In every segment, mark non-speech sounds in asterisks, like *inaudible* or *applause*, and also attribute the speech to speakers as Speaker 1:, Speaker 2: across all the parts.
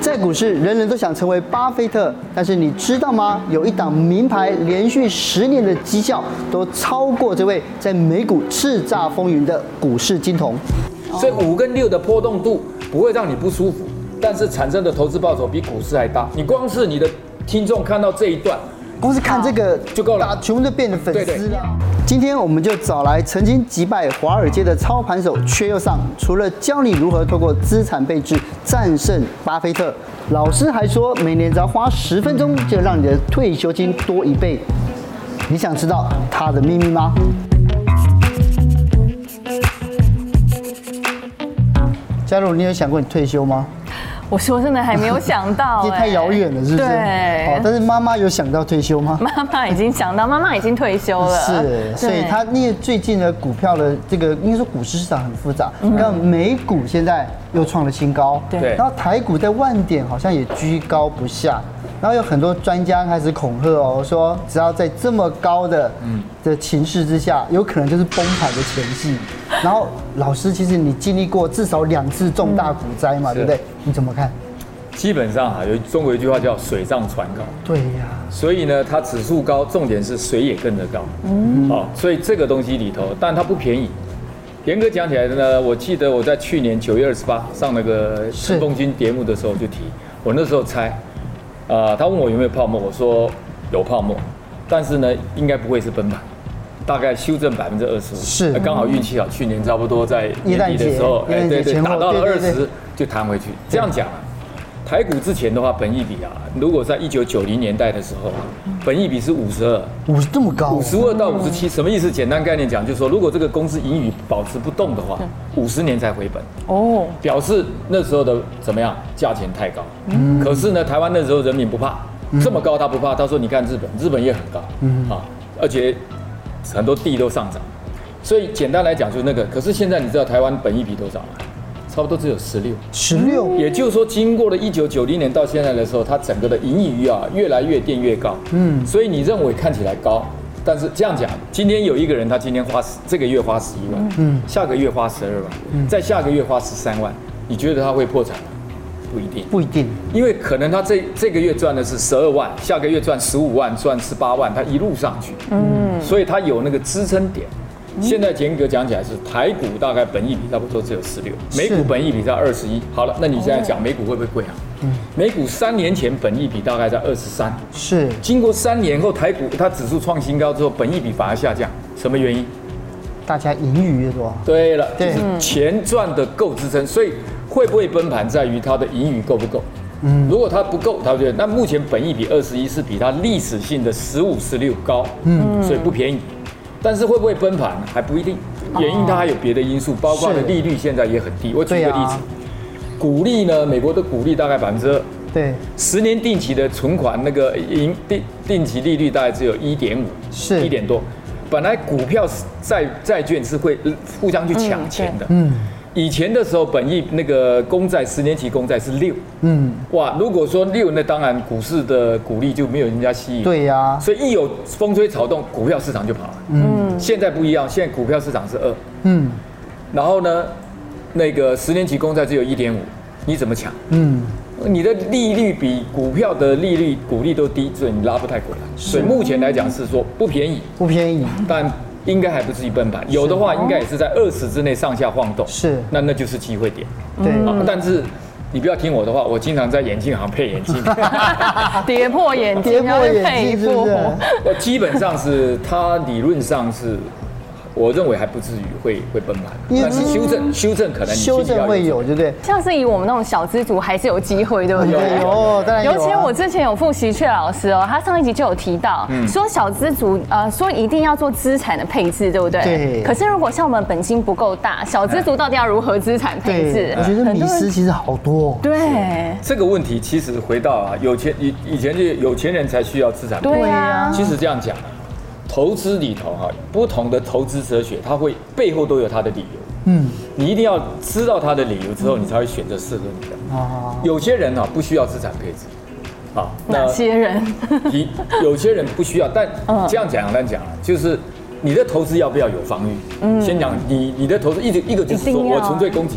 Speaker 1: 在股市，人人都想成为巴菲特，但是你知道吗？有一档名牌连续十年的绩效都超过这位在美股叱咤风云的股市金童。
Speaker 2: 所以五跟六的波动度不会让你不舒服，但是产生的投资报酬比股市还大。你光是你的听众看到这一段，
Speaker 1: 光是看这个
Speaker 2: 就够了
Speaker 1: 大家全部都变成粉
Speaker 2: 对
Speaker 1: 丝
Speaker 2: 对
Speaker 1: 了。今天我们就找来曾经击败华尔街的操盘手缺又上，除了教你如何透过资产配置战胜巴菲特，老师还说每年只要花十分钟就让你的退休金多一倍。你想知道他的秘密吗？嘉茹，你有想过你退休吗？
Speaker 3: 我说真的还没有想到、
Speaker 1: *laughs* 这
Speaker 3: 哎
Speaker 1: 太遥远了，是不是？好
Speaker 3: 对，
Speaker 1: 但是妈妈有想到退休吗？
Speaker 3: 妈妈已经想到，妈妈已经退休
Speaker 2: *laughs*
Speaker 3: 了，啊
Speaker 1: 是，所以
Speaker 3: 对
Speaker 1: 它那个最近的股票的这个，应该说股市市场很复杂。你看美股现在又创了新高，
Speaker 3: 对
Speaker 2: 嗯对
Speaker 1: 然后台股在万点好像也居高不下，然后有很多专家开始恐吓哦，说只要在这么高的
Speaker 2: 嗯
Speaker 1: 的情势之下，有可能就是崩盘的前夕。然后老师，其实你经历过至少两次重大股灾嘛，
Speaker 2: 嗯是
Speaker 1: 对不对？你怎么看？
Speaker 2: 基本上啊，有中国有一句话叫“水涨船高”。
Speaker 1: 对呀、
Speaker 2: 所以呢，它指数高，重点是水也跟着高。嗯，好、所以这个东西里头，但它不便宜。严格讲起来呢，我记得我在去年九月二十八上那个
Speaker 1: 是
Speaker 2: 陈凤军节目的时候就提，我那时候猜，啊、他问我有没有泡沫，我说有泡沫，但是呢，应该不会是崩盘，大概修正百分之二十五，
Speaker 1: 是
Speaker 2: 呃刚好运气好，去年差不多在年底的时候，哎
Speaker 1: 元旦节元旦
Speaker 2: 对
Speaker 1: 节
Speaker 2: 对，
Speaker 1: 前后
Speaker 2: 打到了
Speaker 1: 对
Speaker 2: 二
Speaker 1: 对对
Speaker 2: 十就弹回去。这样讲啊，台股之前的话，本益比啊，如果在一九九零年代的时候啊，本益比是五十二，
Speaker 1: 五这么高、
Speaker 2: 五十二到五十
Speaker 1: 嗯
Speaker 2: 七，什么意思？简单概念讲，就是说，如果这个公司盈余保持不动的话，五十年才回本，
Speaker 3: 哦，
Speaker 2: 表示那时候的怎么样？价钱太高。可是呢，台湾那时候人民不怕，这么高他不怕。他说，你看日本，日本也很高，啊，而且很多地都上涨。所以简单来讲就是那个，可是现在你知道台湾本益比多少吗？差不多只有十六。
Speaker 1: 十六
Speaker 2: 也就是说，经过了一九九零年到现在的时候，它整个的盈余啊越来越垫越高。嗯，所以你认为看起来高，但是这样讲，今天有一个人他今天花十这个月花十一万，嗯，下个月花十二万，再下个月花十三万，你觉得他会破产吗？不一定，
Speaker 1: 不一定。
Speaker 2: 因为可能他这这个月赚的是十二万，下个月赚十五万，赚十八万，他一路上去，嗯，所以他有那个支撑点。现在严格讲起来是台股大概本益比差不多只有十六，美
Speaker 1: 是
Speaker 2: 股本益比在二十一。好了，那你现在讲美股会不会贵啊？美股三年前本益比大概在二十三，
Speaker 1: 是
Speaker 2: 经过三年后台股它指数创新高之后，本益比反而下降，什么原因？
Speaker 1: 大家盈余越多，
Speaker 2: 对了，就
Speaker 1: 对
Speaker 2: 是钱赚的够支撑，所以会不会崩盘在于它的盈余够不够。嗯，如果它不够，它就那目前本益比二十一是比它历史性的十五、十六高，嗯，所以不便宜。但是会不会崩盘还不一定，原因它还有别的因素，包括
Speaker 1: 哦是
Speaker 2: 的利率现在也很低。我举
Speaker 1: 对
Speaker 2: 一个
Speaker 1: 啊
Speaker 2: 例子，股利呢，美国的股利大概百分之二，
Speaker 1: 对，
Speaker 2: 十年定期的存款那个银定定期利率大概只有一点五，
Speaker 1: 是
Speaker 2: 一点多。本来股票是债债券是会呃互相去抢钱的，
Speaker 1: 嗯
Speaker 2: 以前的时候本益那个公债十年期公债是六，
Speaker 1: 嗯，
Speaker 2: 哇，如果说六，那当然股市的股利就没有人家吸引，，
Speaker 1: 对呀、
Speaker 2: 所以一有风吹草动，股票市场就跑了。嗯，现在不一样，现在股票市场是二，
Speaker 1: 嗯
Speaker 2: 然后呢，那个十年期公债只有一点五，你怎么抢？
Speaker 1: 嗯。
Speaker 2: 你的利率比股票的利率、股利都低，所以你拉不太过来。所以目前来讲是说不便宜，
Speaker 1: 不便宜，
Speaker 2: 但应该还不至于崩盘。有的话，应该也是在二十之内上下晃动。
Speaker 1: 是嗯
Speaker 2: 那那就是机会点。
Speaker 1: 对，
Speaker 2: 啊，但是你不要听我的话，我经常在眼镜行配眼镜。
Speaker 1: *laughs*
Speaker 3: 跌破眼
Speaker 1: 跌
Speaker 3: 睛，然后
Speaker 1: 破眼
Speaker 3: 配
Speaker 1: 镜是不是？
Speaker 2: 我基本上是它理论上是，我认为还不至于会会崩盘，
Speaker 1: 因为
Speaker 2: 但是修正修正可能你心里
Speaker 1: 修正
Speaker 2: 要
Speaker 1: 会有，对不对？
Speaker 3: 像是以我们那种小资族，还是有机会，对不对？
Speaker 2: 嗯有
Speaker 1: 有，当然有啊。
Speaker 3: 尤其我之前有复习阙老师哦，他上一集就有提到，
Speaker 1: 嗯
Speaker 3: 说小资族呃说一定要做资产的配置，对不对？
Speaker 1: 对
Speaker 3: 可是如果像我们本金不够大，小资族到底要如何资产配
Speaker 1: 对
Speaker 3: 置，？
Speaker 1: 我觉得
Speaker 3: 很
Speaker 1: 迷
Speaker 3: 多人
Speaker 1: 失其实好多哦。
Speaker 3: 对
Speaker 2: 这个问题其实回到啊，有钱以以前就有钱人才需要资产配置
Speaker 3: 对啊，
Speaker 2: 其实这样讲，投资里头哈、不同的投资哲学，它会背后都有它的理由。
Speaker 1: 嗯，
Speaker 2: 你一定要知道它的理由之后，你才会选择适合你的。
Speaker 3: 嗯
Speaker 1: 啊，
Speaker 2: 有些人啊，不需要资产配置，
Speaker 3: *laughs*
Speaker 2: 啊，
Speaker 3: 哪些人？
Speaker 2: 你有些人不需要，
Speaker 3: *laughs*
Speaker 2: 但
Speaker 3: 嗯
Speaker 2: 这样讲，但讲啊就是你的投资要不要有防御？先讲你你的投资一直一个就是
Speaker 3: 嗯一
Speaker 2: 说
Speaker 3: 定要
Speaker 2: 我
Speaker 3: 啊
Speaker 2: 纯粹供给，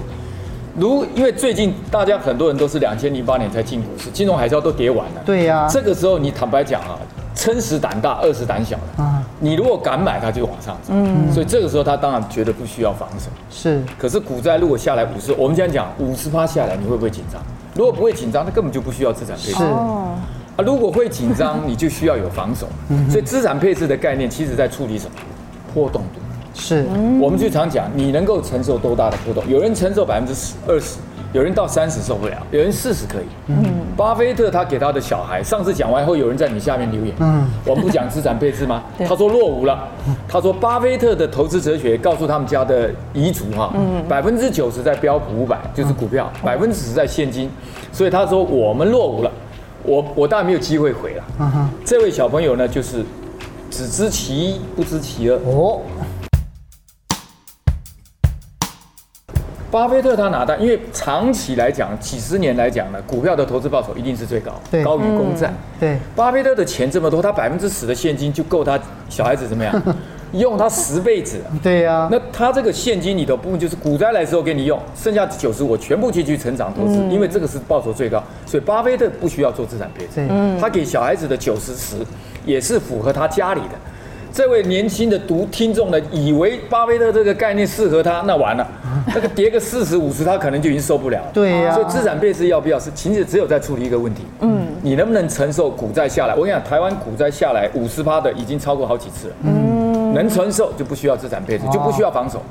Speaker 2: 如因为最近大家很多人都是两千零八年才进股市，金融海啸都跌完了。
Speaker 1: 对呀
Speaker 2: 这个时候你坦白讲啊，撑死胆大，饿死胆小的。
Speaker 1: 啊
Speaker 2: 你如果敢买，它就往上涨。嗯，所以这个时候他当然觉得不需要防守。
Speaker 1: 是
Speaker 2: 可是股灾如果下来五十，我们这样讲，五十趴下来，你会不会紧张？如果不会紧张，那根本就不需要资产配置
Speaker 1: 是
Speaker 2: 啊。
Speaker 3: 哦
Speaker 2: 如果会紧张，你就需要有防守。所以资产配置的概念，其实在处理什么？波动度。
Speaker 1: 是，
Speaker 2: 我们就常讲，你能够承受多大的波动？有人承受百分之十、二十，有人到三十受不了，有人四十可以。嗯，巴菲特他给他的小孩，上次讲完后，有人在你下面留言，
Speaker 1: 嗯
Speaker 2: 嗯，我们不讲资产配置吗？他说落伍了。他说巴菲特的投资哲学告诉他们家的遗族哈，百分之九十在标普五百就是股票，百分之十在现金，所以他说我们落伍了，我我当然没有机会回了。
Speaker 1: 嗯哼，
Speaker 2: 这位小朋友呢，就是只知其一不知其二。
Speaker 1: 哦，
Speaker 2: 巴菲特他拿到，因为长期来讲，几十年来讲呢，股票的投资报酬一定是最高
Speaker 1: 对，
Speaker 2: 高于公债。
Speaker 1: 对，
Speaker 2: 巴菲特的钱这么多，他百分之十的现金就够他小孩子怎么样，用他十辈子了。
Speaker 1: 对呀，
Speaker 2: 那他这个现金里头部分就是股灾来的时候给你用，剩下九十我全部去去成长投资，因为这个是报酬最高，所以巴菲特不需要做资产配
Speaker 1: 嗯对嗯
Speaker 2: 置。他给小孩子的九十十也是符合他家里的。这位年轻的读听众呢，以为巴菲特这个概念适合他，
Speaker 1: *laughs*
Speaker 2: 那完了，那个跌个四十五十，他可能就已经受不了了。
Speaker 1: 对啊呀
Speaker 2: 所以资产配置要不要是，其实只有在处理一个问题，嗯，你能不能承受股债下来？我跟你讲，台湾股债下来五十趴的已经超过好几次了，嗯，哦能承受就不需要资产配置，就不需要防守，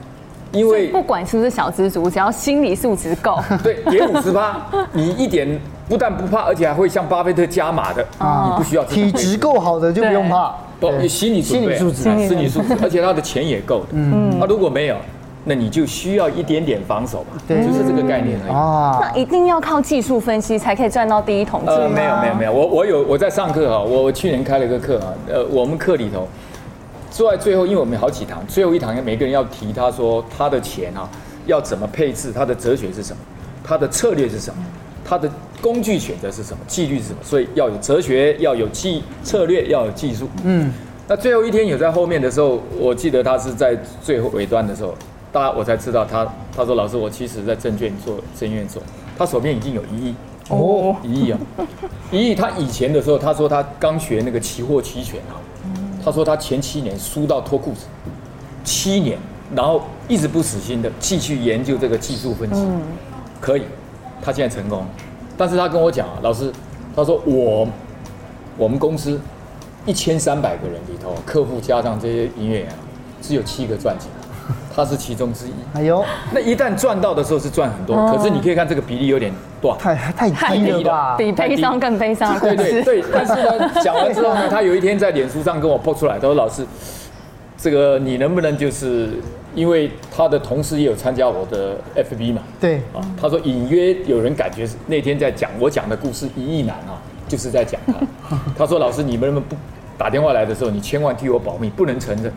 Speaker 2: 因为
Speaker 3: 不管是不是小资族，只要心理素质
Speaker 2: *laughs*
Speaker 3: 够，
Speaker 2: 对跌五十趴， *laughs* 你一点不但不怕，而且还会像巴菲特加码的，你不需要资产
Speaker 1: 啊体
Speaker 2: 配置
Speaker 1: 质够好的就不用怕，
Speaker 2: 不，心理准
Speaker 1: 心理
Speaker 2: 备
Speaker 1: 素质
Speaker 2: 哎心理素质，而且他的钱也够的。嗯，他如果没有，那你就需要一点点防守吧，
Speaker 1: 对
Speaker 2: 就是这个概念而已。
Speaker 1: 啊，
Speaker 3: 那一定要靠技术分析才可以赚到第一桶金啊
Speaker 2: 呃，
Speaker 3: 吗
Speaker 2: 没有没有没有，我我有我在上课啊，我我去年开了一个课啊，呃，我们课里头坐在最后，因为我们有好几堂，最后一堂每个人要提他说他的钱啊要怎么配置，他的哲学是什么，他的策略是什么，他的工具选择是什么，纪律是什么，所以要有哲学，要有技策略，要有技术。嗯，那最后一天有在后面的时候，我记得他是在最后尾端的时候，大家我才知道他他说老师我其实在证券做证券做，他手边已经有一亿。
Speaker 1: 哦，
Speaker 2: 一亿啊，一亿。他以前的时候，他说他刚学那个期货期权啊，他说他前七年输到脱裤子，七年，然后一直不死心的继续研究这个技术分析，可以，他现在成功了。但是他跟我讲啊，老师，他说我我们公司一千三百个人里头，客户加上这些营业员啊，只有七个赚钱，他是其中之一。
Speaker 1: 哎呦，
Speaker 2: 那一旦赚到的时候是赚很多，可是你可以看这个比例有点多少？
Speaker 1: 太太
Speaker 3: 太
Speaker 1: 低了吧？
Speaker 3: 比悲伤更
Speaker 2: *laughs*
Speaker 3: 悲伤的故
Speaker 2: 对对
Speaker 3: 事。
Speaker 2: 对，但是呢，讲完之后呢，他有一天在脸书上跟我爆出来，他说：“老师，这个你能不能就是因为他的同事也有参加我的 FB 嘛？
Speaker 1: 对，
Speaker 2: 啊，他说隐约有人感觉是那天在讲我讲的故事《一亿男》啊，就是在讲他。他说：“老师，你们能不打电话来的时候，你千万替我保密，不能承认。”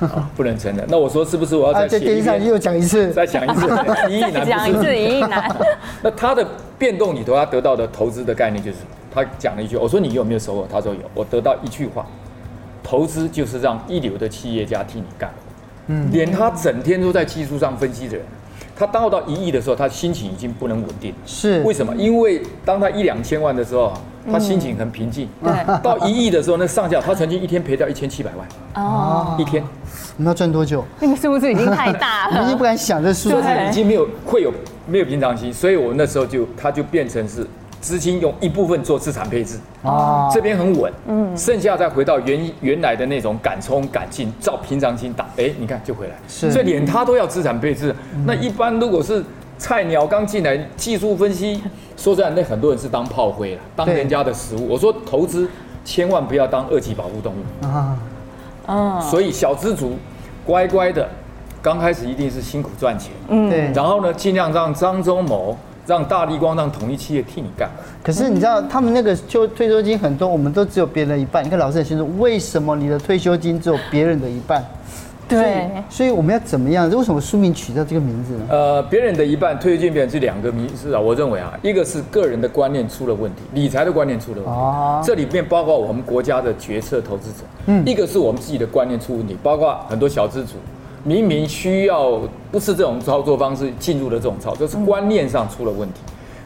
Speaker 2: 啊，不能承认。那我说是不是我要
Speaker 1: 啊，
Speaker 2: 再
Speaker 1: 在
Speaker 2: 写
Speaker 1: 电
Speaker 2: 一
Speaker 1: 视上
Speaker 2: 遍？
Speaker 1: 又讲一次，
Speaker 2: 再讲一次，
Speaker 1: *laughs*
Speaker 2: 一亿
Speaker 3: 再
Speaker 2: 男
Speaker 3: *laughs* 讲一
Speaker 2: 不是
Speaker 3: 次一亿
Speaker 2: *laughs*
Speaker 3: 难，
Speaker 2: 那他的变动里头，他得到的投资的概念就是，他讲了一句，我说你有没有收获？他说有。我得到一句话，投资就是让一流的企业家替你干活。嗯，连他整天都在技术上分析的人，他到到一亿的时候，他心情已经不能稳定。
Speaker 1: 是
Speaker 2: 为什么？因为当他一两千万的时候，他心情很平静。
Speaker 3: *laughs* 对
Speaker 2: 到一亿的时候，那上下他曾经一天赔掉一千七百万，
Speaker 3: 哦，
Speaker 2: 一天
Speaker 1: 我们要赚多
Speaker 2: *laughs*
Speaker 1: 久？
Speaker 3: 那个数字已经太大
Speaker 1: 我们已经
Speaker 3: 了
Speaker 1: 不。敢想这数字，
Speaker 3: 对
Speaker 2: 已经没有会有没有平常心，所以我那时候就他就变成是资金用一部分做资产配置。
Speaker 1: 啊，
Speaker 2: 这边很稳，嗯，剩下再回到原原来的那种敢冲敢进，照平常心打，哎，你看就回来，
Speaker 1: 是
Speaker 2: 所以连他都要资产配置。那一般如果是菜鸟刚进来，技术分析，说实在，那很多人是当炮灰了，当
Speaker 1: 对
Speaker 2: 人家的食物。我说投资千万不要当二级保护动物，
Speaker 1: 啊，
Speaker 3: 嗯，
Speaker 2: 所以小资族乖乖的，刚开始一定是辛苦赚钱，嗯，
Speaker 1: 对。
Speaker 2: 然后呢，尽量让张忠谋、让大力光、让统一企业替你干。
Speaker 1: 可是你知道他们那个就退休金很多，我们都只有别人的一半。你看老师很清楚，为什么你的退休金只有别人的一半？
Speaker 3: 对
Speaker 1: 所以，所以我们要怎么样？为什么书名取掉这个名字呢？
Speaker 2: 呃，别人的一半推荐别人是两个迷失啊，我认为啊，一个是个人的观念出了问题，理财的观念出了问题，
Speaker 1: 哦
Speaker 2: 这里面包括我们国家的决策投资者，嗯，一个是我们自己的观念出问题，包括很多小资主，明明需要不是这种操作方式进入的这种操作，是观念上出了问题。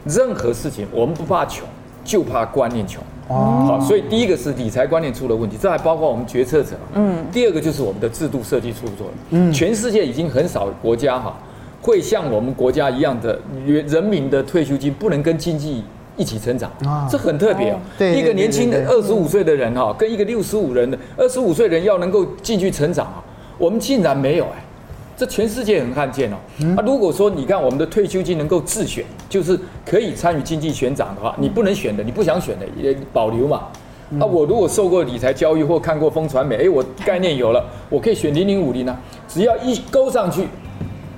Speaker 2: 任何事情我们不怕穷，就怕观念穷。
Speaker 1: 哦
Speaker 2: 好，所以第一个是理财观念出了问题，这还包括我们决策者。嗯，第二个就是我们的制度设计出错了。嗯，全世界已经很少国家哈，会像我们国家一样的，人民的退休金不能跟经济一起成长
Speaker 1: 啊，
Speaker 2: 这很特别哦。
Speaker 1: 对对
Speaker 2: 一个年轻的
Speaker 1: 对对
Speaker 2: 二十五岁的人哈，跟一个六十五人的二十五岁人要能够进去成长啊，我们竟然没有哎。这全世界很罕见哦。啊，如果说你看我们的退休金能够自选，就是可以参与经济选长的话，你不能选的，你不想选的也保留嘛。啊，我如果受过理财教育或看过风传媒，哎，我概念有了，我可以选零零五零啊，只要一勾上去，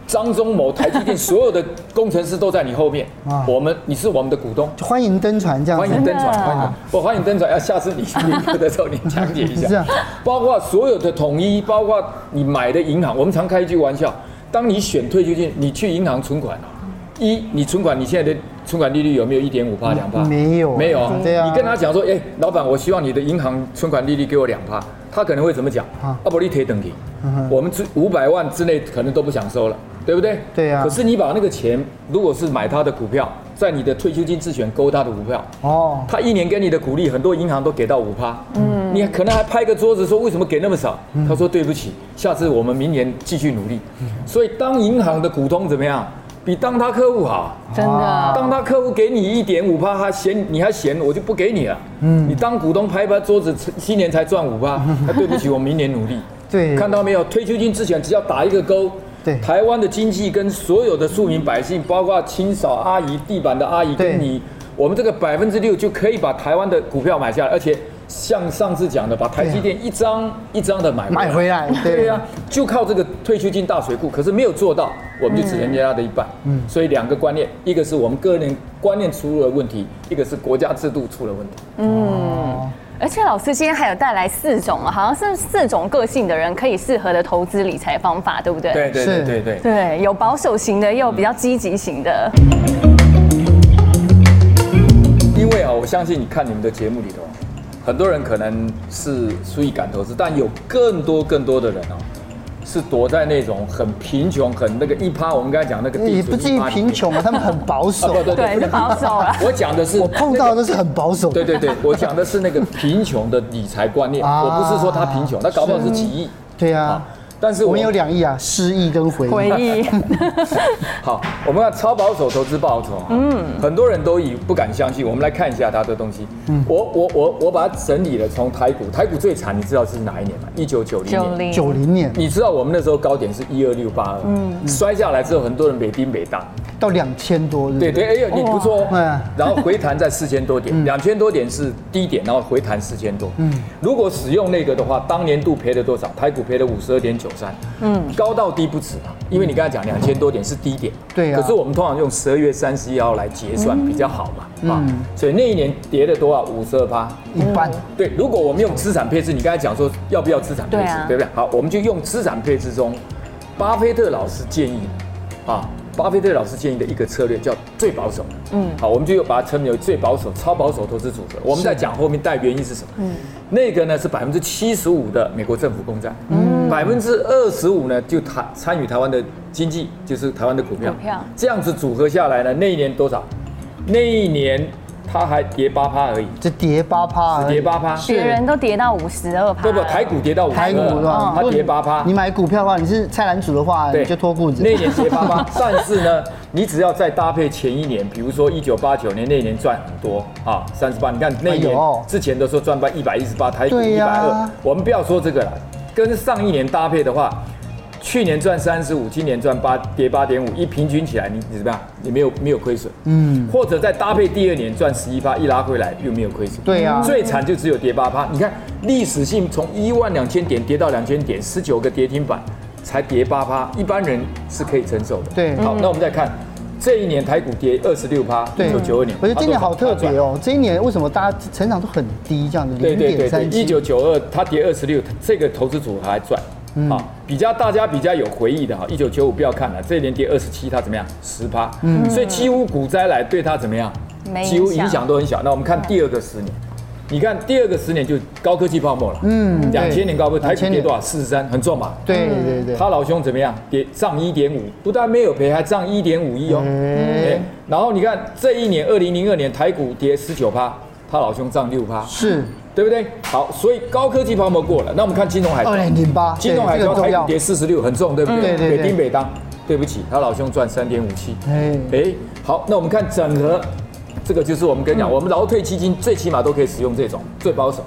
Speaker 2: 张忠谋、台积电所有的工程师都在你后面
Speaker 1: 啊，
Speaker 2: 我们你是我们的股东，
Speaker 1: 欢迎登船这样
Speaker 2: 欢
Speaker 1: 子
Speaker 2: 迎。登船，
Speaker 3: 真的
Speaker 2: 欢迎登，我欢迎登船。要
Speaker 1: *laughs*
Speaker 2: 下次你你课的时候，你讲解一
Speaker 1: 是
Speaker 2: 下
Speaker 1: 啊，
Speaker 2: 包括所有的统一，包括你买的银行。我们常开一句玩笑，当你选退休金，你去银行存款啊，一你存款你现在的存款利率有没有一点五帕两帕？
Speaker 1: 没有
Speaker 2: 没有啊。
Speaker 1: 对啊
Speaker 2: 你跟他讲说，哎，老板，我希望你的银行存款利率给我两帕，他可能会怎么讲？
Speaker 1: 啊
Speaker 2: 啊，不，你贴等你
Speaker 1: 嗯哼，
Speaker 2: 我们这五百万之内可能都不想收了，对不对？
Speaker 1: 对啊
Speaker 2: 可是你把那个钱，如果是买他的股票，在你的退休金自选勾他的股票。
Speaker 1: 哦，
Speaker 2: 他一年给你的鼓励，很多银行都给到五趴，嗯，你可能还拍个桌子说为什么给那么少？他说对不起，下次我们明年继续努力。所以当银行的股东怎么样，比当他客户好。
Speaker 3: 真
Speaker 1: 哇
Speaker 3: 的。
Speaker 2: 当他客户给你一点五趴，他嫌你还嫌，我就不给你了。你当股东拍拍桌子，七年才赚五趴，那对不起，我明年努力。
Speaker 1: 对，
Speaker 2: 看到没有？退休金之前只要打一个勾。
Speaker 1: 对
Speaker 2: 台湾的经济跟所有的庶民百姓，包括清扫阿姨、地板的阿姨
Speaker 1: 对
Speaker 2: 跟你，我们这个百分之六就可以把台湾的股票买下来，而且像上次讲的，把台积电一张一张的买
Speaker 1: 买回来，
Speaker 2: 对啊呀、就靠这个退休金大水库，可是没有做到，我们就只能接他的一半。嗯，所以两个观念，一个是我们个人观念出了问题，一个是国家制度出了问题。
Speaker 3: 而且老师今天还有带来四种，好像是四种个性的人可以适合的投资理财方法，对不对？
Speaker 2: 对对
Speaker 1: 是
Speaker 2: 对对对。
Speaker 3: 对，有保守型的，也有比较积极型的。
Speaker 2: 嗯因为啊，我相信你看你们的节目里头，很多人可能是疏于敢投资，但有更多更多的人啊，是躲在那种很贫穷、很那个一趴。我们刚才讲那个地主
Speaker 1: 也不至于
Speaker 2: 1%
Speaker 1: 贫穷，他们很保守
Speaker 2: 啊，。不
Speaker 3: 对
Speaker 2: 不不
Speaker 3: 保守
Speaker 2: *laughs*
Speaker 3: 啊
Speaker 2: 我讲的是
Speaker 1: 我碰到的是很保守
Speaker 2: 对
Speaker 1: 的，
Speaker 2: 对对，我讲的是那个贫穷的理财观念，
Speaker 1: 啊
Speaker 2: 我不是说他贫穷，他搞不好是几亿。
Speaker 1: 对
Speaker 2: 啊
Speaker 1: 啊，，
Speaker 2: 但是
Speaker 1: 我
Speaker 2: 我
Speaker 1: 们有两亿啊，失忆跟回
Speaker 3: 回
Speaker 1: 忆，
Speaker 3: 忆，
Speaker 2: 好，我们看超保守投资报酬啊，嗯，很多人都以不敢相信。我们来看一下它的东西。嗯，我我我我把它整理了，从台股，台股最惨，你知道是哪一年吗？一九九零
Speaker 3: 九
Speaker 2: 年。
Speaker 3: 零
Speaker 1: 九零年
Speaker 2: 你知道我们那时候高点是一二六八二，嗯，摔下来之后，很多人美丁美当，
Speaker 1: 到两千多，
Speaker 2: 对对，哎呦，你不错
Speaker 1: 哇
Speaker 2: 哦。然后回弹在四千多点，两千多点是低点，然后回弹四千多。嗯，如果使用那个的话，当年度赔了多少？台股赔了五十二点九三。嗯，高到低不止嘛，因为你刚才讲两千多点是低点。
Speaker 1: 对啊
Speaker 2: 可是我们通常用十二月三十一号来结算比较好嘛。啊，所以那一年跌了多少？五十二趴。
Speaker 1: 一般
Speaker 2: 对，如果我们用资产配置，你刚才讲说要不要资产配
Speaker 3: 对
Speaker 2: 置
Speaker 3: 啊，
Speaker 2: 对不对？好，我们就用资产配置中，巴菲特老师建议，啊，巴菲特老师建议的一个策略叫最保守。嗯，好，我们就把它称为最保守、超保守投资组合。我们再讲后面带原因是什么？嗯，那个呢是百分之七十五的美国政府公债，嗯，百分之二十五呢就台参与台湾的经济，就是台湾的股票。
Speaker 3: 股票
Speaker 2: 这样子组合下来呢，那一年多少？那一年它还跌八趴而已，
Speaker 1: 只跌八趴，
Speaker 2: 跌八趴。
Speaker 3: 别人都跌到五十二趴，
Speaker 2: 不不，台股跌到五
Speaker 1: 台股
Speaker 2: 了
Speaker 1: 是吧？
Speaker 2: 嗯它跌八趴
Speaker 1: 你，买股票的话，你是菜篮子的话，你就脱裤子
Speaker 2: 那。一年跌八趴， *laughs* 但是呢，你只要再搭配前一年，比如说一九八九年那一年赚很多啊，三十八，你看那
Speaker 1: 哎
Speaker 2: 一年
Speaker 1: 呦
Speaker 2: 之前的时候赚翻一百一十八，台股
Speaker 1: 对
Speaker 2: 一百
Speaker 1: 呀
Speaker 2: 二，我们不要说这个了，跟上一年搭配的话。去年赚三十五，今年赚八，跌八点五，一平均起来，你怎么样？你没有没有亏损，嗯，或者再搭配第二年赚十一趴，一拉回来又没有亏损，
Speaker 1: 对呀
Speaker 2: 最惨就只有跌八趴。你看历史性从一万两千点跌到两千点，十九个跌停板才跌八趴，一般人是可以承受的。
Speaker 1: 对
Speaker 2: 好，那我们再看这一年台股跌二十六趴，一九九二年，
Speaker 1: 我觉得今年好特别
Speaker 2: 哦。
Speaker 1: 哦，这一年为什么大家成长都很低，这样子
Speaker 2: 对
Speaker 1: 零
Speaker 2: 对
Speaker 1: 点
Speaker 2: 对对，
Speaker 1: 三
Speaker 2: 一九九二它跌二十六，这个投资组合还赚。
Speaker 1: 嗯
Speaker 2: 啊，比较大家比较有回忆的哈，一九九五不要看了，这一年跌二十七，它怎么样？十趴，
Speaker 1: 嗯
Speaker 2: 所以几乎股灾来对它怎么样
Speaker 3: 没？影响
Speaker 2: 几乎影响都很小。那我们看第二个十年，你看第二个十年就高科技泡沫了，
Speaker 1: 嗯
Speaker 2: 嗯，两
Speaker 1: 对
Speaker 2: 千年高科技，台
Speaker 1: 2000
Speaker 2: 股跌多少？四十三，很重嘛。
Speaker 1: 对对对，
Speaker 2: 他老兄怎么样？跌涨一点五，不但没有赔，还涨一点五亿哦。
Speaker 1: 嗯
Speaker 2: 哎然后你看这一年，二零零二年台股跌十九趴，他老兄涨六趴，
Speaker 1: 是
Speaker 2: 对不对？好，所以高科技泡沫过了，那我们看金融海
Speaker 1: 二
Speaker 2: 啸，
Speaker 1: 零零八，
Speaker 2: 金融海
Speaker 1: 哦对这个
Speaker 2: 啸
Speaker 1: 重
Speaker 2: 台
Speaker 1: 要
Speaker 2: 股跌四十六，很重，对不
Speaker 1: 嗯对
Speaker 2: 对？
Speaker 1: 对对
Speaker 2: 北丁北当，对不起，他老兄赚三点五七。
Speaker 1: 哎，
Speaker 2: 哎，好，那我们看整合，这个就是我们跟你讲，我们劳退基金最起码都可以使用这种最保守。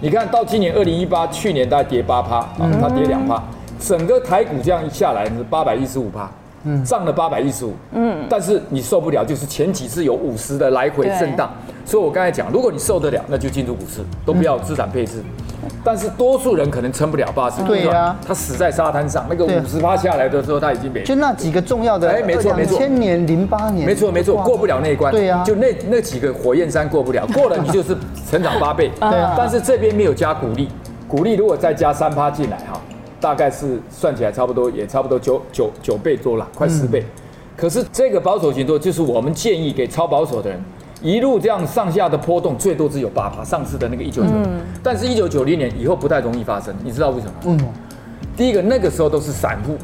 Speaker 2: 你看到今年二零一八，去年大概跌八趴，啊，它跌两趴，整个台股这样一下来是八百一十五趴。嗯，涨了八百一十五，嗯，但是你受不了，就是前几次有五十的来回震荡，所以我刚才讲，如果你受得了，那就进入股市，都不要资产配置，但是多数人可能撑不了八十，
Speaker 1: 对啊
Speaker 2: 他死在沙滩上，那个
Speaker 1: 对啊
Speaker 2: 五十趴下来的时候，他已经没了
Speaker 1: 就那几个重要的，
Speaker 2: 哎没错没错
Speaker 1: 千年零八年，
Speaker 2: 没错没错，
Speaker 1: 哇
Speaker 2: 过不了那一关。
Speaker 1: 对啊
Speaker 2: 就那那几个火焰山过
Speaker 1: *laughs*
Speaker 2: 不了，过了你就是成长八倍。对
Speaker 1: 啊
Speaker 2: 但是这边没有加鼓励，鼓励如果再加三趴进来哈，大概是算起来差不多也差不多九九九倍多了，快四倍。
Speaker 1: 嗯
Speaker 2: 可是这个保守型多就是我们建议给超保守的人。一路这样上下的波动，最多只有八趴。上次的那个一九九，但是一九九零年以后不太容易发生，你知道为什么？
Speaker 1: 嗯，
Speaker 2: 第一个，那个时候都是散户，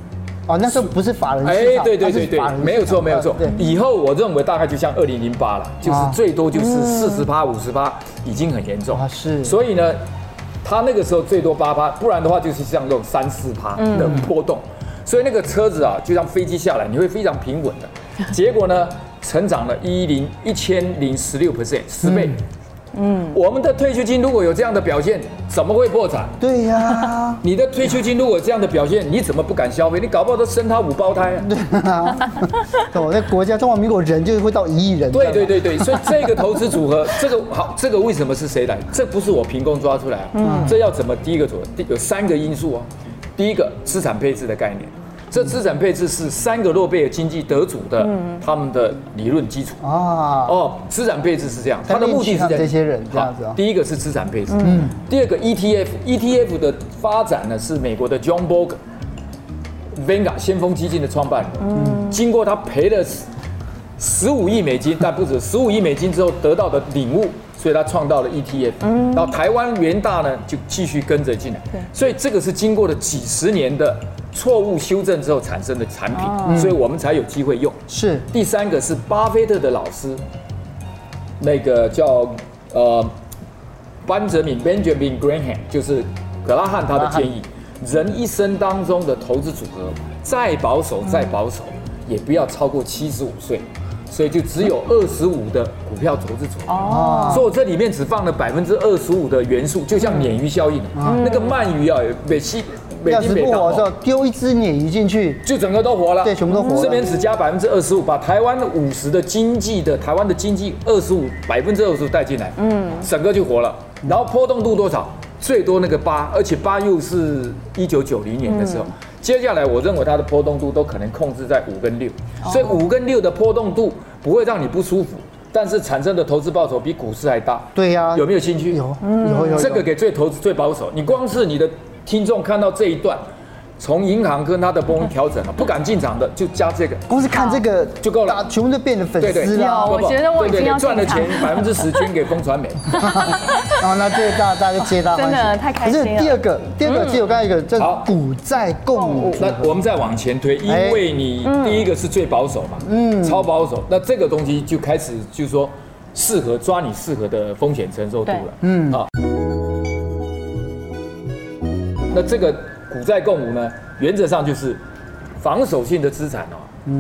Speaker 1: 哦，那时候不是法人
Speaker 2: 哎
Speaker 1: 市，场，
Speaker 2: 对对
Speaker 1: 它是
Speaker 2: 对对
Speaker 1: 法人，市
Speaker 2: 没有错
Speaker 1: 场
Speaker 2: 没有错
Speaker 1: 呃对。
Speaker 2: 以后我认为大概就像二零零八了，就是
Speaker 1: 啊
Speaker 2: 最多就是四十趴、五十趴，已经很严重
Speaker 1: 啊。是
Speaker 2: 所以呢，它那个时候最多八趴，不然的话就是像这种三四趴
Speaker 1: 嗯
Speaker 2: 的波动。所以那个车子啊，就像飞机下来，你会非常平稳
Speaker 1: *laughs*
Speaker 2: 的。结果呢，成长了一零一千零十六 percent，十倍。嗯，我们的退休金如果有这样的表现，怎么会破产？
Speaker 1: 对呀， *laughs*
Speaker 2: 你的退休金如果有这样的表现，你怎么不敢消费？你搞不好都生他五胞胎啊！
Speaker 1: 我在哦国家中华民国人就会到一亿人，
Speaker 2: 对
Speaker 1: 这
Speaker 2: 对
Speaker 1: 样
Speaker 2: 对对，所以这个投资组合， *laughs* 这个好，这个为什么是谁来？这不是我凭空抓出来啊，这要怎么？第一个组合第有三个因素哦，第一个资产配置的概念，这资产配置是三个诺贝尔经济得主的他们的理论基础。
Speaker 1: 吧啊，
Speaker 2: 哦，资产配置是这样，
Speaker 1: 在
Speaker 2: 它的目的是
Speaker 1: 面向
Speaker 2: 样
Speaker 1: 这些人这样
Speaker 2: 好
Speaker 1: 子哦
Speaker 2: 第一个是资产配置，嗯，第二个 ETF，ETF E 的发展呢是美国的 John Bogle Venga 先锋基金的创办人，嗯，经过他赔了十五亿美金，但不止十五亿美金之后得到的领悟，所以他创造了 ETF，嗯，然后台湾元大呢就继续跟着进来，所以这个是经过了几十年的错误修正之后产生的产
Speaker 1: 哦
Speaker 2: 品，所以我们才有机会用。
Speaker 1: 是
Speaker 2: 第三个是巴菲特的老师，那个叫呃班哲敏 Benjamin Graham，就是格拉汉他的建议，人一生当中的投资组合，再保守再保守，也不要超过七十五岁，所以就只
Speaker 1: *laughs*
Speaker 2: 有二十五的股票投资组合。
Speaker 1: 啊
Speaker 2: 所以我这里面只放了百分之二十五的元素，就像鲶鱼效应，那个鳗鱼啊，美西
Speaker 1: 嗯
Speaker 2: 美
Speaker 1: 要
Speaker 2: 金
Speaker 1: 是
Speaker 2: 美
Speaker 1: 不
Speaker 2: 港
Speaker 1: 火
Speaker 2: 哦
Speaker 1: 的时候丢一只鲶鱼进去，
Speaker 2: 就整个都活了，
Speaker 1: 对全部都活了
Speaker 2: 这边只加百分之二十五，把台湾的五十的经济的台湾的经济二十五百分之二十带进来，嗯，整个就活了。然后波动度多少？最多那个八，而且八又是一九九零年的时候。接下来我认为它的波动度都可能控制在五跟六，所以五跟六的波动度不会让你不舒服，但是产生的投资报酬比股市还大。
Speaker 1: 对呀，
Speaker 2: 有没有兴趣？
Speaker 1: 啊有有有
Speaker 2: 这个给最投资最保守。你光是你的听众看到这一段，从银行跟他的波动调整了，不敢进场的就加这个。
Speaker 1: 光是看这个
Speaker 2: 就够了
Speaker 1: 大家全部都变成粉
Speaker 2: 对对，
Speaker 1: 丝啊
Speaker 2: 对
Speaker 1: 啦
Speaker 3: 有，我觉得我已
Speaker 2: 对
Speaker 3: 经
Speaker 2: 对对
Speaker 3: 要进场
Speaker 2: 赚了钱
Speaker 3: *laughs*
Speaker 2: 百分之十捐给风传媒，
Speaker 1: 然后那这个大大家就皆大欢喜，
Speaker 3: 真的太开心了
Speaker 1: 可是第二个，第二个只有刚才一个叫
Speaker 2: 好
Speaker 1: 股债共舞，
Speaker 2: 那我们再往前推，因
Speaker 1: 哎
Speaker 2: 为你第一个是最保守嘛，嗯，超保守，那这个东西就开始就是说适合抓你适合的风险承受度了，嗯啊。那这个股债共舞呢，原则上就是防守性的资产哦，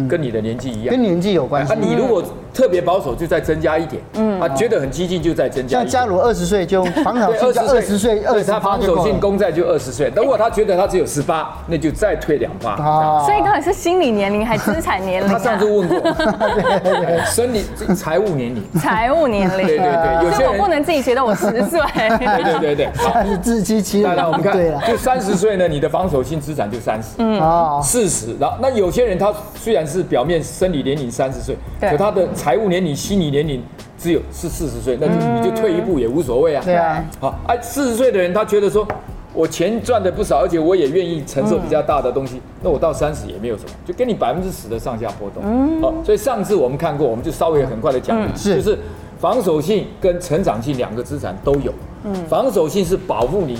Speaker 2: 跟你的年纪一样
Speaker 1: 嗯跟。年纪有关系
Speaker 2: 啊，。你如果特别保守，就再增加一点，嗯，啊，觉得很激进就再增加
Speaker 1: 像
Speaker 2: 一点
Speaker 1: 嘉。如二十岁就防守
Speaker 2: *laughs* 对，
Speaker 1: 性，二十岁二
Speaker 2: 对
Speaker 1: 十
Speaker 2: 他
Speaker 1: 八
Speaker 2: 防
Speaker 1: 就
Speaker 2: 守
Speaker 1: 够
Speaker 2: 性
Speaker 1: 了。
Speaker 2: 公债就二十岁。如果他觉得他只有十八，那就再退两趴。 *laughs*
Speaker 1: 啊
Speaker 3: 所以到底是心理年龄还是资产年龄、
Speaker 2: 他上次
Speaker 3: 啊？
Speaker 2: 问过，
Speaker 1: *laughs*
Speaker 2: 哎生理这财务年龄，
Speaker 3: 财务年龄。
Speaker 2: 对对对，有
Speaker 3: 所
Speaker 2: 些
Speaker 3: 以我不
Speaker 2: 人，
Speaker 3: 能自己觉得我十
Speaker 2: *laughs*
Speaker 3: 岁。
Speaker 2: 对对对对。好，
Speaker 1: 但是自欺欺
Speaker 2: 来
Speaker 1: 人
Speaker 2: 来，我，们看
Speaker 1: *laughs* 对了，
Speaker 2: 就三十岁呢，你的防守性资产就三十，
Speaker 3: 嗯
Speaker 1: 啊，
Speaker 2: 四十。然后那有些人他虽然是表面生理年龄三十岁，
Speaker 3: 对
Speaker 2: 可他的财务年龄、心理年龄只有是四十岁，那就你就退一步也无所谓啊。
Speaker 1: 嗯对啊，
Speaker 2: 好，哎，四十岁的人他觉得说，我钱赚的不少，而且我也愿意承受比较大的东
Speaker 1: 嗯
Speaker 2: 西，那我到三十也没有什么，就哦跟你百分之十的上下波动。好，所以上次我们看过，我们就稍微很快的讲，
Speaker 1: 嗯是
Speaker 2: 就是防守性跟成长性两个资产都有。嗯，防守性是保护你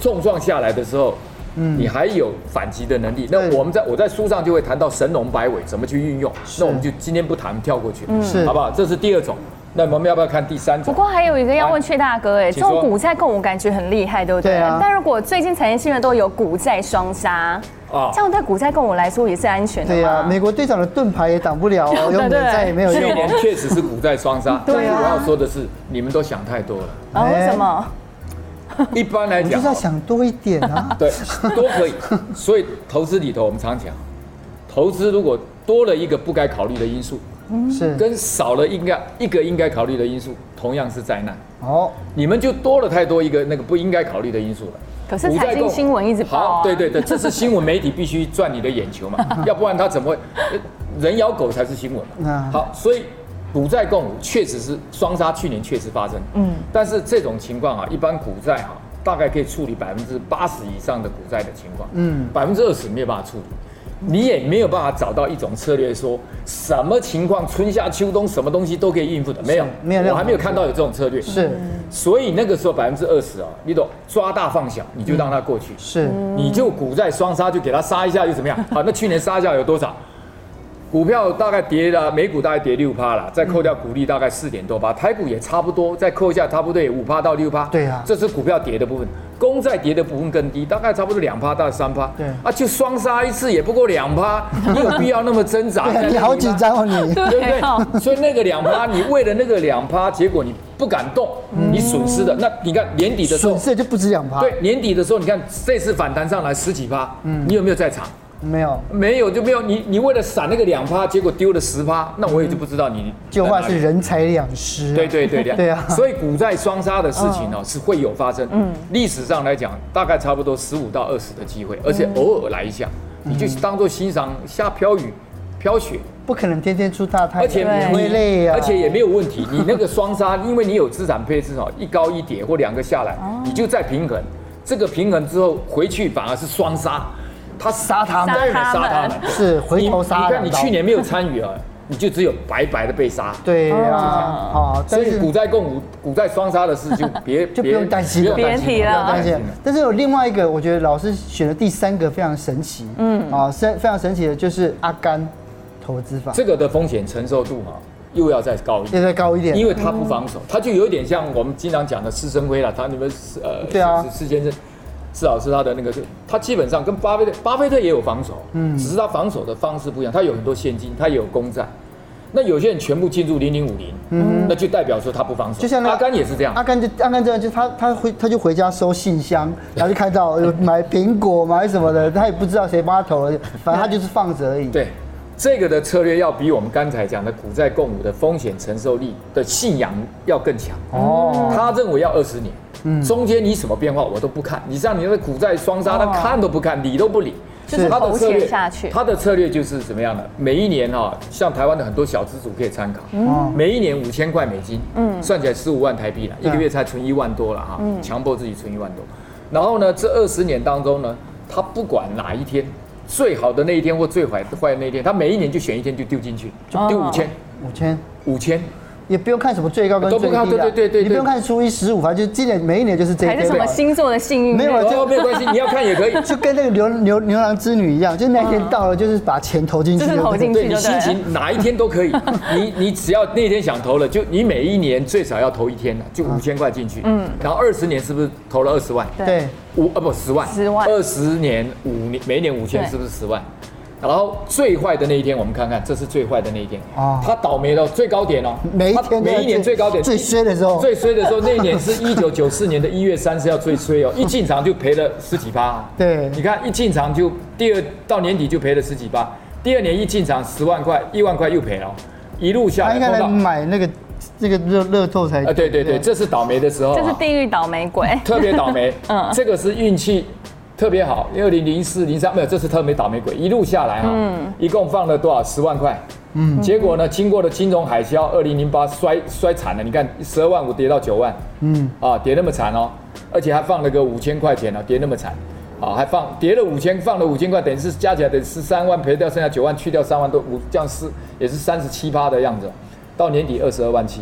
Speaker 2: 重创下来的时候，嗯，你还有反击的能力。那
Speaker 1: 对
Speaker 2: 我们在我在书上就会谈到神龙摆尾怎么去运用，
Speaker 1: 是嗯
Speaker 2: 那我们就今天不谈，跳过去，
Speaker 1: 是
Speaker 2: 好不好？这是第二种。那我们要不要看第三
Speaker 3: 不
Speaker 2: 种？
Speaker 3: 过还有一个要问薛大哥，哎，这
Speaker 2: 啊请说
Speaker 3: 种股债共舞感觉很厉害，对不对？
Speaker 1: 对啊
Speaker 3: 但如果最近财经新闻都有股债双杀，
Speaker 2: 啊
Speaker 3: 这样对股债共舞来说也是安全的
Speaker 1: 对呀、
Speaker 3: 吗？
Speaker 1: 美国队长的盾牌也挡不了、
Speaker 2: *laughs*
Speaker 1: 哦，有美债也没有
Speaker 2: 嗯去
Speaker 1: 用
Speaker 2: 年
Speaker 1: 哦。
Speaker 2: 确实是股债双杀，但
Speaker 3: *laughs* 对
Speaker 2: 是
Speaker 3: 啊
Speaker 2: 我要说的是，你们都想太
Speaker 3: *laughs*
Speaker 2: 多了。
Speaker 3: 啊，为什么？
Speaker 2: 一般来
Speaker 1: 我们就
Speaker 2: 讲。
Speaker 1: 是要，想多一点啊
Speaker 2: 对，都可以。所以投资里头，我们常讲，投资如果多了一个不该考虑的因素，
Speaker 1: 是，
Speaker 2: 跟少了应该一个应该考虑的因素，同样是灾难。
Speaker 1: 哦，
Speaker 2: 你们就多了太多一个那个不应该考虑的因素了。
Speaker 3: 可是财经新闻一直报啊
Speaker 2: 好，对对对，这是新闻媒体必须赚你的眼球嘛，要不然他怎么会呃人咬狗才是
Speaker 1: *laughs*
Speaker 2: 新闻
Speaker 1: 啊
Speaker 2: 嘛？好，所以股债共舞确实是双杀，去年确实发生。嗯，但是这种情况啊，一般股债哈、大概可以处理百分之八十以上的股债的情况，
Speaker 1: 嗯
Speaker 2: 嗯，百分之二十没有办法处理。你也没有办法找到一种策略，说什么情况春夏秋冬什么东西都可以应付的，没有，
Speaker 1: 没有那种
Speaker 2: 我还没有看到有这种策略。
Speaker 1: 是
Speaker 2: 所以那个时候百分之二十啊，你懂，抓大放小，你就让它过去，
Speaker 1: 是，
Speaker 2: 你就股债双杀，就给它杀一下，
Speaker 1: *laughs*
Speaker 2: 又怎么样？好，那去年杀一下有多少？股票大概跌了，美股大概跌六趴啦，再扣掉股利大概四点多趴，台股也差不多，再扣一下差不多也五趴到六趴。
Speaker 1: 嗯对啊
Speaker 2: 这是股票跌的部分，公债跌的部分更低，大概差不多两趴到三趴。
Speaker 1: 对
Speaker 2: 啊，就双杀一次也不过两
Speaker 1: *laughs*
Speaker 2: 趴，你有必要那么挣扎？
Speaker 1: 对啊你好紧张哦，你。
Speaker 2: *laughs* 对不
Speaker 3: 对哦
Speaker 2: 对？所以那个两趴，你为了那个两趴，结果你不敢动，你损失的。那你看年底的时候
Speaker 1: 嗯损，失啊就不止两趴，
Speaker 2: 对，年底的时候，你看这次反弹上来十几趴，
Speaker 1: 嗯
Speaker 2: 你有没有在场？
Speaker 1: 没有，
Speaker 2: 没有就没有。你你为了闪那个两趴，结果丢了十趴，那我也就不知道你
Speaker 1: 嗯就话是
Speaker 2: 人。
Speaker 1: 人财两失啊。
Speaker 2: 对对对对，
Speaker 1: 对啊
Speaker 2: 所以股债双杀的事情呢、哦是会有发生。嗯，历史上来讲，大概差不多十五到二十的机会，而且
Speaker 1: 嗯
Speaker 2: 偶尔来一下，你就当做欣赏下飘雨、飘雪，
Speaker 1: 不可能天天出大太阳，
Speaker 2: 而且
Speaker 3: 对
Speaker 2: 你
Speaker 1: 会累啊呀。
Speaker 2: 而且也没有问题。你那个双杀，因为你有资产配置哦，一高一跌或两个下来，
Speaker 3: 哦
Speaker 2: 你就再平衡。这个平衡之后回去反而是双杀，他杀他们，
Speaker 3: 杀
Speaker 2: 当然
Speaker 3: 他们
Speaker 2: 杀他们，
Speaker 1: 是 *laughs* 回头杀两
Speaker 2: 你
Speaker 1: 刀
Speaker 2: 看你去年没有参与啊，你就只有白白的被杀。
Speaker 1: 对呀，
Speaker 3: 哦
Speaker 1: 好，
Speaker 2: 啊所
Speaker 1: 但
Speaker 2: 以
Speaker 1: 是
Speaker 2: 股债共舞、股债双杀的事
Speaker 1: *laughs*
Speaker 2: 就别
Speaker 1: 就不用担心了啊
Speaker 2: 不用担
Speaker 3: 别提了
Speaker 2: 不用担
Speaker 1: 而
Speaker 2: 心
Speaker 1: 且
Speaker 2: 了，
Speaker 1: 但是有另外一个，我觉得老师选的第三个非常神奇，嗯，啊，是非常神奇的，就是阿甘投资法，
Speaker 2: 这个的风险承受度哈、又要再高一点。
Speaker 1: 现在高一点，
Speaker 2: 因为他不防守，他就有点像我们经常讲的施生辉了。他你们是呃，
Speaker 1: 对啊
Speaker 2: 施施先生，施老师他的那个，他基本上跟巴菲特，巴菲特也有防守，嗯，只是他防守的方式不一样。他有很多现金，他也有公债。那有些人全部进入零零五零，嗯，那就代表说他不防守。
Speaker 1: 就像那个
Speaker 2: 阿甘也是这样
Speaker 1: 阿，甘就阿甘这样，就他他回他就回家收信箱，然后就看到有买苹果买什么的，他也不知道谁帮他投了，反正他就是放着而已。，
Speaker 2: 对，这个的策略要比我们刚才讲的股债共舞的风险承受力的信仰要更强。
Speaker 1: 哦，
Speaker 2: 他认为要二十年，
Speaker 3: 嗯
Speaker 2: 中间你什么变化我都不看，你像你那个股债双杀，他看都不看，理都不理。
Speaker 3: 哦就是
Speaker 2: 他的
Speaker 3: 投
Speaker 2: 策
Speaker 3: 钱
Speaker 2: 略
Speaker 3: 下去。
Speaker 2: 他的策略就是怎么样呢？每一年啊，像台湾的很多小资主可以参考，
Speaker 3: 嗯
Speaker 1: 哦
Speaker 2: 每一年五千块美金，嗯，算起来十五万台币了，一
Speaker 1: 对啊
Speaker 2: 个月才存一万多了哈，强迫自己存一万多。然后呢，这二十年当中呢，他不管哪一天，最好的那一天或最坏坏的那一天，他每一年就选一天就丢进去，就丢五千、
Speaker 1: 五千。
Speaker 2: 五千，
Speaker 1: 也不用看什么最高跟
Speaker 2: 都
Speaker 1: 最
Speaker 2: 不
Speaker 1: 低的，
Speaker 2: 看对对对对
Speaker 1: 你不用看初一十五，反正就今年每一年就是这一
Speaker 3: 还是
Speaker 1: 天
Speaker 3: 什么
Speaker 1: 嘛，
Speaker 3: 星座的幸运？
Speaker 1: 没有
Speaker 2: 哦，没有关系，你要看也可以。
Speaker 1: 就跟那个牛牛牛郎织女一样，就那一天到了，就是把钱投进去，
Speaker 3: 就是投进去
Speaker 2: 对你心情哪一天都可以，你你只要那天想投了，就你每一年最少要投一天了，就五千块进去，嗯，然后二十年是不是投了二十万？
Speaker 3: 对
Speaker 1: 对，
Speaker 2: 五啊不十万，
Speaker 3: 10万
Speaker 2: 二十年五年每年五千
Speaker 3: 对
Speaker 2: 是不是十万？然后最坏的那一天，我们看看，这是最坏的那一天
Speaker 1: 哦
Speaker 2: 他倒霉到最高点哦，
Speaker 1: 每一
Speaker 2: 他
Speaker 1: 天都
Speaker 2: 每一年最高点
Speaker 1: 最衰的时候，
Speaker 2: 最衰的时候，那一
Speaker 1: *laughs*
Speaker 2: 年是一九九四年的一月三十号最衰哦，一进场就赔了十几趴、
Speaker 1: 对
Speaker 2: 你看一进场就第二到年底就赔了十几趴，第二年一进场十万块，一万块又赔了哦，一路下
Speaker 1: 他
Speaker 2: 来
Speaker 1: 应该来
Speaker 2: 碰
Speaker 1: 嗯
Speaker 2: 到
Speaker 1: 买那个那个乐乐透才
Speaker 2: 啊，对对对，这是倒霉的时候、啊，
Speaker 3: 这是地狱倒霉鬼。
Speaker 2: 特别倒霉。
Speaker 3: 嗯
Speaker 2: 嗯，这个是运气特别好，二零零四零三没有，这是特别倒霉鬼，一路下来哈、一共放了多少十万块？嗯，结果呢，经过了金融海啸，二零零八摔摔惨了，你看十二万五跌到九万，嗯，啊，跌那么惨哦，而且还放了个五千块钱哦，跌那么惨。啊，还放跌了五千，放了五千块，等于是加起来等于十三万，赔掉剩下九万，去掉三万多，五这样是也是三十七趴的样子哦，到年底二十二万七，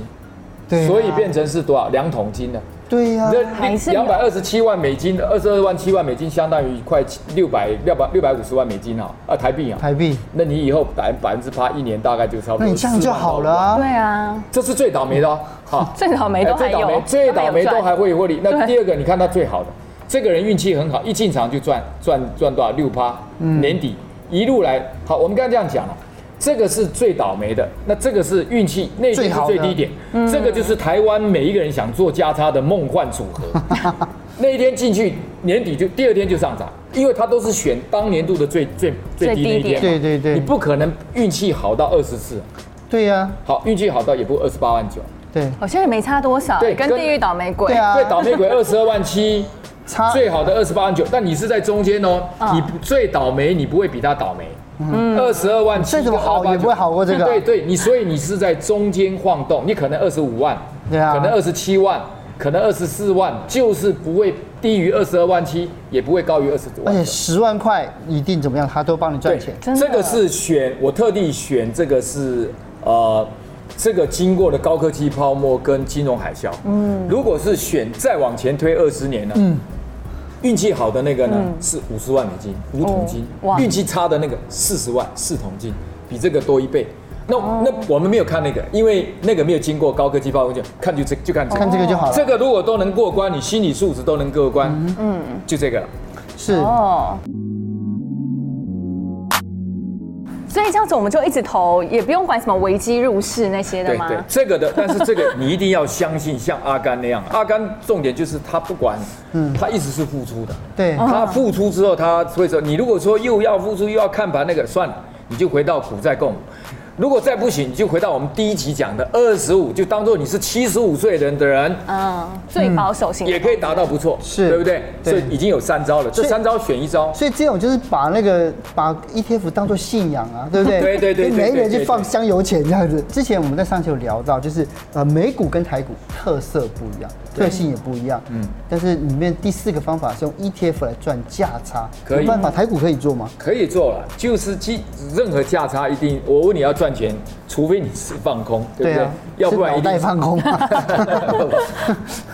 Speaker 1: 对啊
Speaker 2: 所以变成是多少两桶金呢？
Speaker 1: 对呀、
Speaker 3: 还是有
Speaker 2: 两百二十七万美金，二十二万七万美金，相当于快六百六百六百五十万美金啊，啊台币啊。
Speaker 1: 台币，
Speaker 2: 那你以后百百分之八一年大概就差不多。
Speaker 1: 那你这样就好了。啊。
Speaker 3: 对啊，
Speaker 2: 这是最倒霉的哦，哈，
Speaker 3: 最倒哎霉都还
Speaker 2: 最倒霉
Speaker 3: 有，
Speaker 2: 哎最倒霉都还会获利。那
Speaker 3: 对
Speaker 2: 第二个，你看他最好的，这个人运气很好，一进场就赚赚赚多少六趴，
Speaker 1: 嗯
Speaker 2: 年底一路来。好，我们刚才这样讲了。这个是最倒霉的，那这个是运气，那
Speaker 1: 最
Speaker 2: 是
Speaker 1: 好的
Speaker 2: 最低点，
Speaker 3: 嗯
Speaker 2: 这个就是台湾每一个人想做加差的梦幻组
Speaker 1: *laughs*
Speaker 2: 合。那一天进去，年底就第二天就上涨，因为他都是选当年度的最最最低的一
Speaker 3: 最低
Speaker 2: 天
Speaker 3: 点
Speaker 2: 嘛。
Speaker 1: 对对对
Speaker 2: 你不可能运气好到二十次，
Speaker 1: 对呀、
Speaker 2: 好运气好到也不二十八万九。
Speaker 1: 对，
Speaker 3: 好像也没差多少，
Speaker 2: 对
Speaker 3: 跟
Speaker 2: 跟
Speaker 3: 地狱倒霉鬼。
Speaker 1: 对啊
Speaker 2: 最倒霉鬼二十二万七，
Speaker 1: 差
Speaker 2: 最好的二十八万九，但你是在中间哦，
Speaker 1: 啊
Speaker 3: 嗯
Speaker 2: 你最倒霉，你不会比他倒霉。二十二万七，
Speaker 1: 嗯这怎么好
Speaker 2: 跟28
Speaker 1: 也不会好过这个啊
Speaker 2: 对对，你所以你是在中间晃动，你可能二十五万，
Speaker 1: 对啊
Speaker 2: 可能二十七万，可能二十四万，就是不会低于二十二万七，也不会高于二十
Speaker 1: 而
Speaker 2: 万
Speaker 1: 且
Speaker 2: 九。
Speaker 1: 十万块一定怎么样，他都帮你赚钱。
Speaker 3: 真的
Speaker 2: 这个是选我特地选这个是呃，这个经过了高科技泡沫跟金融海啸。嗯，如果是选再往前推二十年呢？嗯。运气好的那个呢、是五十万美金，五桶金
Speaker 3: 哦；哇
Speaker 2: 运气差的那个四十万，四桶金，比这个多一倍。那、那我们没有看那个，因为那个没有经过高科技泡沫，就看就这就看这个。
Speaker 1: 看这个就好了，
Speaker 2: 这个如果都能过关，你心理素质都能过关，嗯，就这个了。
Speaker 1: 是
Speaker 3: 哦。所以这样子我们就一直投，也不用管什么危机入市那些的吗？
Speaker 2: 这个的，但是这个你一定要相信，像阿甘那样，啊阿甘重点就是他不管，他一直是付出的，
Speaker 1: 对
Speaker 2: 他付出之后他会说，你如果说又要付出又要看盘那个，算了，你就回到股债共舞。如果再不行，你就回到我们第一集讲的二十五，就当做你是七十五岁人的人，
Speaker 3: 嗯，最保守型的
Speaker 2: 也可以达到不错，
Speaker 1: 是
Speaker 2: 对不对？
Speaker 1: 对
Speaker 2: 所以已经有三招了，这
Speaker 1: 所以
Speaker 2: 三招选一招，
Speaker 1: 所以这种就是把那个把 ETF 当做信仰啊，对不对？
Speaker 2: 对对对对
Speaker 1: 每一个人
Speaker 2: 对
Speaker 1: 去
Speaker 2: 对
Speaker 1: 放香油钱这样子。之前我们在上期有聊到，就是呃美股跟台股特色不一样，特性也不一样。嗯，但是里面第四个方法是用 ETF 来赚价差，
Speaker 2: 可以
Speaker 1: 有办法台股可以做吗？
Speaker 2: 可以做了，就是基任何价差一定，我问你要赚钱，除非你是放空，对不
Speaker 1: 啊
Speaker 2: 对？要不然
Speaker 1: 是
Speaker 2: 一
Speaker 1: 脑袋
Speaker 2: 定
Speaker 1: 放空啊。
Speaker 2: *laughs*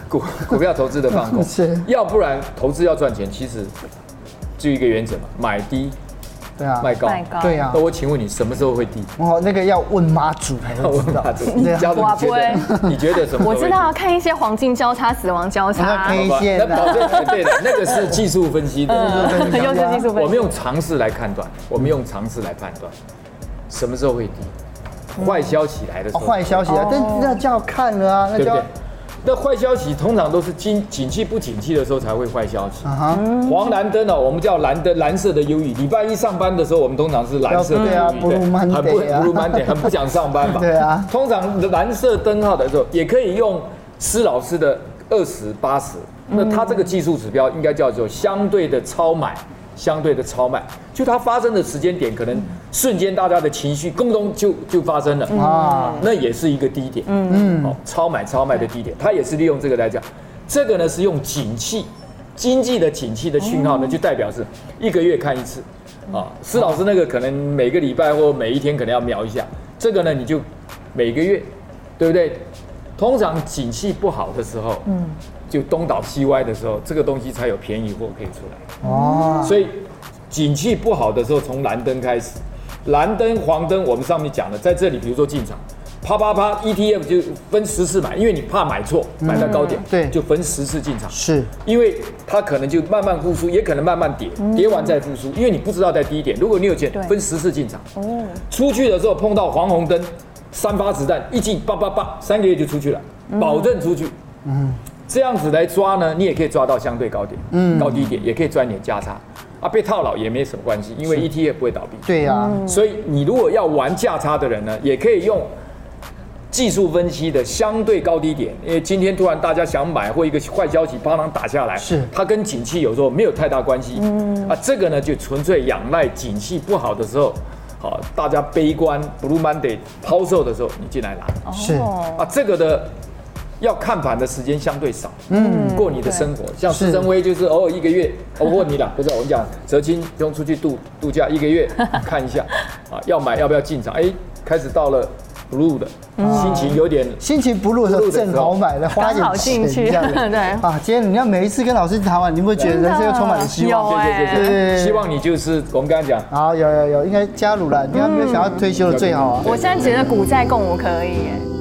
Speaker 2: 股股票投资的放
Speaker 1: *laughs*
Speaker 2: 空
Speaker 1: 是，
Speaker 2: 要不然投资要赚钱，其实就一个原则嘛，买低
Speaker 1: 对啊，
Speaker 2: 卖高。
Speaker 3: 卖高
Speaker 1: 对啊
Speaker 2: 那我请问你什么时候会
Speaker 1: *laughs*
Speaker 2: 低？
Speaker 1: 哦，那个要问妈祖才会知道。
Speaker 2: 你
Speaker 1: 对啊
Speaker 2: 家的你
Speaker 1: *laughs*
Speaker 2: 觉得你觉得什么时候会低？
Speaker 3: 我知道啊看一些黄金交叉、死亡交
Speaker 1: 那
Speaker 3: 叉
Speaker 1: 可，以
Speaker 2: 好吧，
Speaker 1: 线
Speaker 2: 那
Speaker 1: 啊嗯
Speaker 2: 保证对的，那个是技术分
Speaker 1: *laughs*
Speaker 2: 析的。
Speaker 1: 对对
Speaker 3: *laughs* 又是技术分析。
Speaker 2: 我 *laughs* 们用常识来判断，我们用常识来判断什么时候会低，坏消息来的时
Speaker 1: 哦
Speaker 2: 候，
Speaker 1: 坏消息啊，但那就要看了啊，那
Speaker 2: 对
Speaker 1: 就
Speaker 2: 不
Speaker 1: 要
Speaker 2: 对？那坏消息通常都是经景气不景气的时候才会坏消息。
Speaker 1: 啊哈。
Speaker 2: 黄蓝灯哦，我们叫蓝灯，蓝色的忧郁。礼拜一上班的时候，我们通常是蓝色的忧郁，
Speaker 1: 对啊，Blue Monday
Speaker 2: 很不
Speaker 1: 啊
Speaker 2: Blue Monday，很不想上班
Speaker 1: *laughs*
Speaker 2: 嘛。
Speaker 1: 对啊
Speaker 2: 通常蓝色灯号的时候，也可以用施老师的二十八十。那它这个技术指标应该叫做相对的超买，相对的超卖，就它发生的时间点，可能瞬间大家的情绪共同就就发生了
Speaker 1: 啊
Speaker 2: 啊，那也是一个低点，嗯嗯，超买超卖的低点，它也是利用这个来讲，这个呢是用景气经济的景气的讯号呢，就代表是一个月看一次，啊，施老师那个可能每个礼拜或每一天可能要瞄一下，这个呢你就每个月，对不对？通常景气不好的时候，嗯，就东倒西歪的时候，这个东西才有便宜货可以出来。
Speaker 1: 哦，
Speaker 2: 所以景气不好的时候，从蓝灯开始，蓝灯、黄灯，我们上面讲了，在这里比如说进场，啪啪啪，ETF 就分十次买，因为你怕买错，买到高点，
Speaker 1: 对
Speaker 2: 就分十次进场。
Speaker 1: 是
Speaker 2: 因为它可能就慢慢复苏，也可能慢慢跌，跌完再复苏，因为你不知道在低点。如果你有钱
Speaker 3: 对，
Speaker 2: 分十次进场，出去的时候碰到黄红灯，三发子弹一进，叭叭叭，三个月就出去了，保证出去。这样子来抓呢，你也可以抓到相对高点，高低点也可以赚一点价差。啊，被套牢也没什么关系，因为 ETF 不会倒闭。
Speaker 1: 对啊呀，
Speaker 2: 所以你如果要玩价差的人呢，也可以用技术分析的相对高低点，因为今天突然大家想买或一个坏消息啪啷打下来，
Speaker 1: 是
Speaker 2: 它跟景气有时候没有太大关系。啊，这个呢就纯粹仰赖景气不好的时候，好大家悲观 Blue Monday 抛售的时候你进来拿。
Speaker 1: 是
Speaker 3: 哦
Speaker 2: 啊，这个的要看盘的时间相对少，嗯，过你的生活。像
Speaker 1: 是
Speaker 2: 施正威就是偶尔一个月，哦，问你啦， *laughs* 不是我们讲泽金用出去度度假一个月看一下，啊，要买要不要进场？哎，开始到了 blue 的，心情有点
Speaker 1: 心情不入的时候正好买了，花一
Speaker 3: 刚好
Speaker 1: 点
Speaker 3: 进
Speaker 1: 钱
Speaker 3: 去 *laughs*
Speaker 1: 这样子
Speaker 3: 对
Speaker 1: 啊，今天你看每一次跟老师谈完，你会觉得人生又充满了希望。
Speaker 3: 有哎
Speaker 2: 对对对，
Speaker 1: 对
Speaker 2: 希望你就是我们刚刚讲，
Speaker 1: 好，有有有，应该加入了。你看，没有想要退休的最好啊。
Speaker 3: 我现在觉得股债共舞可以耶。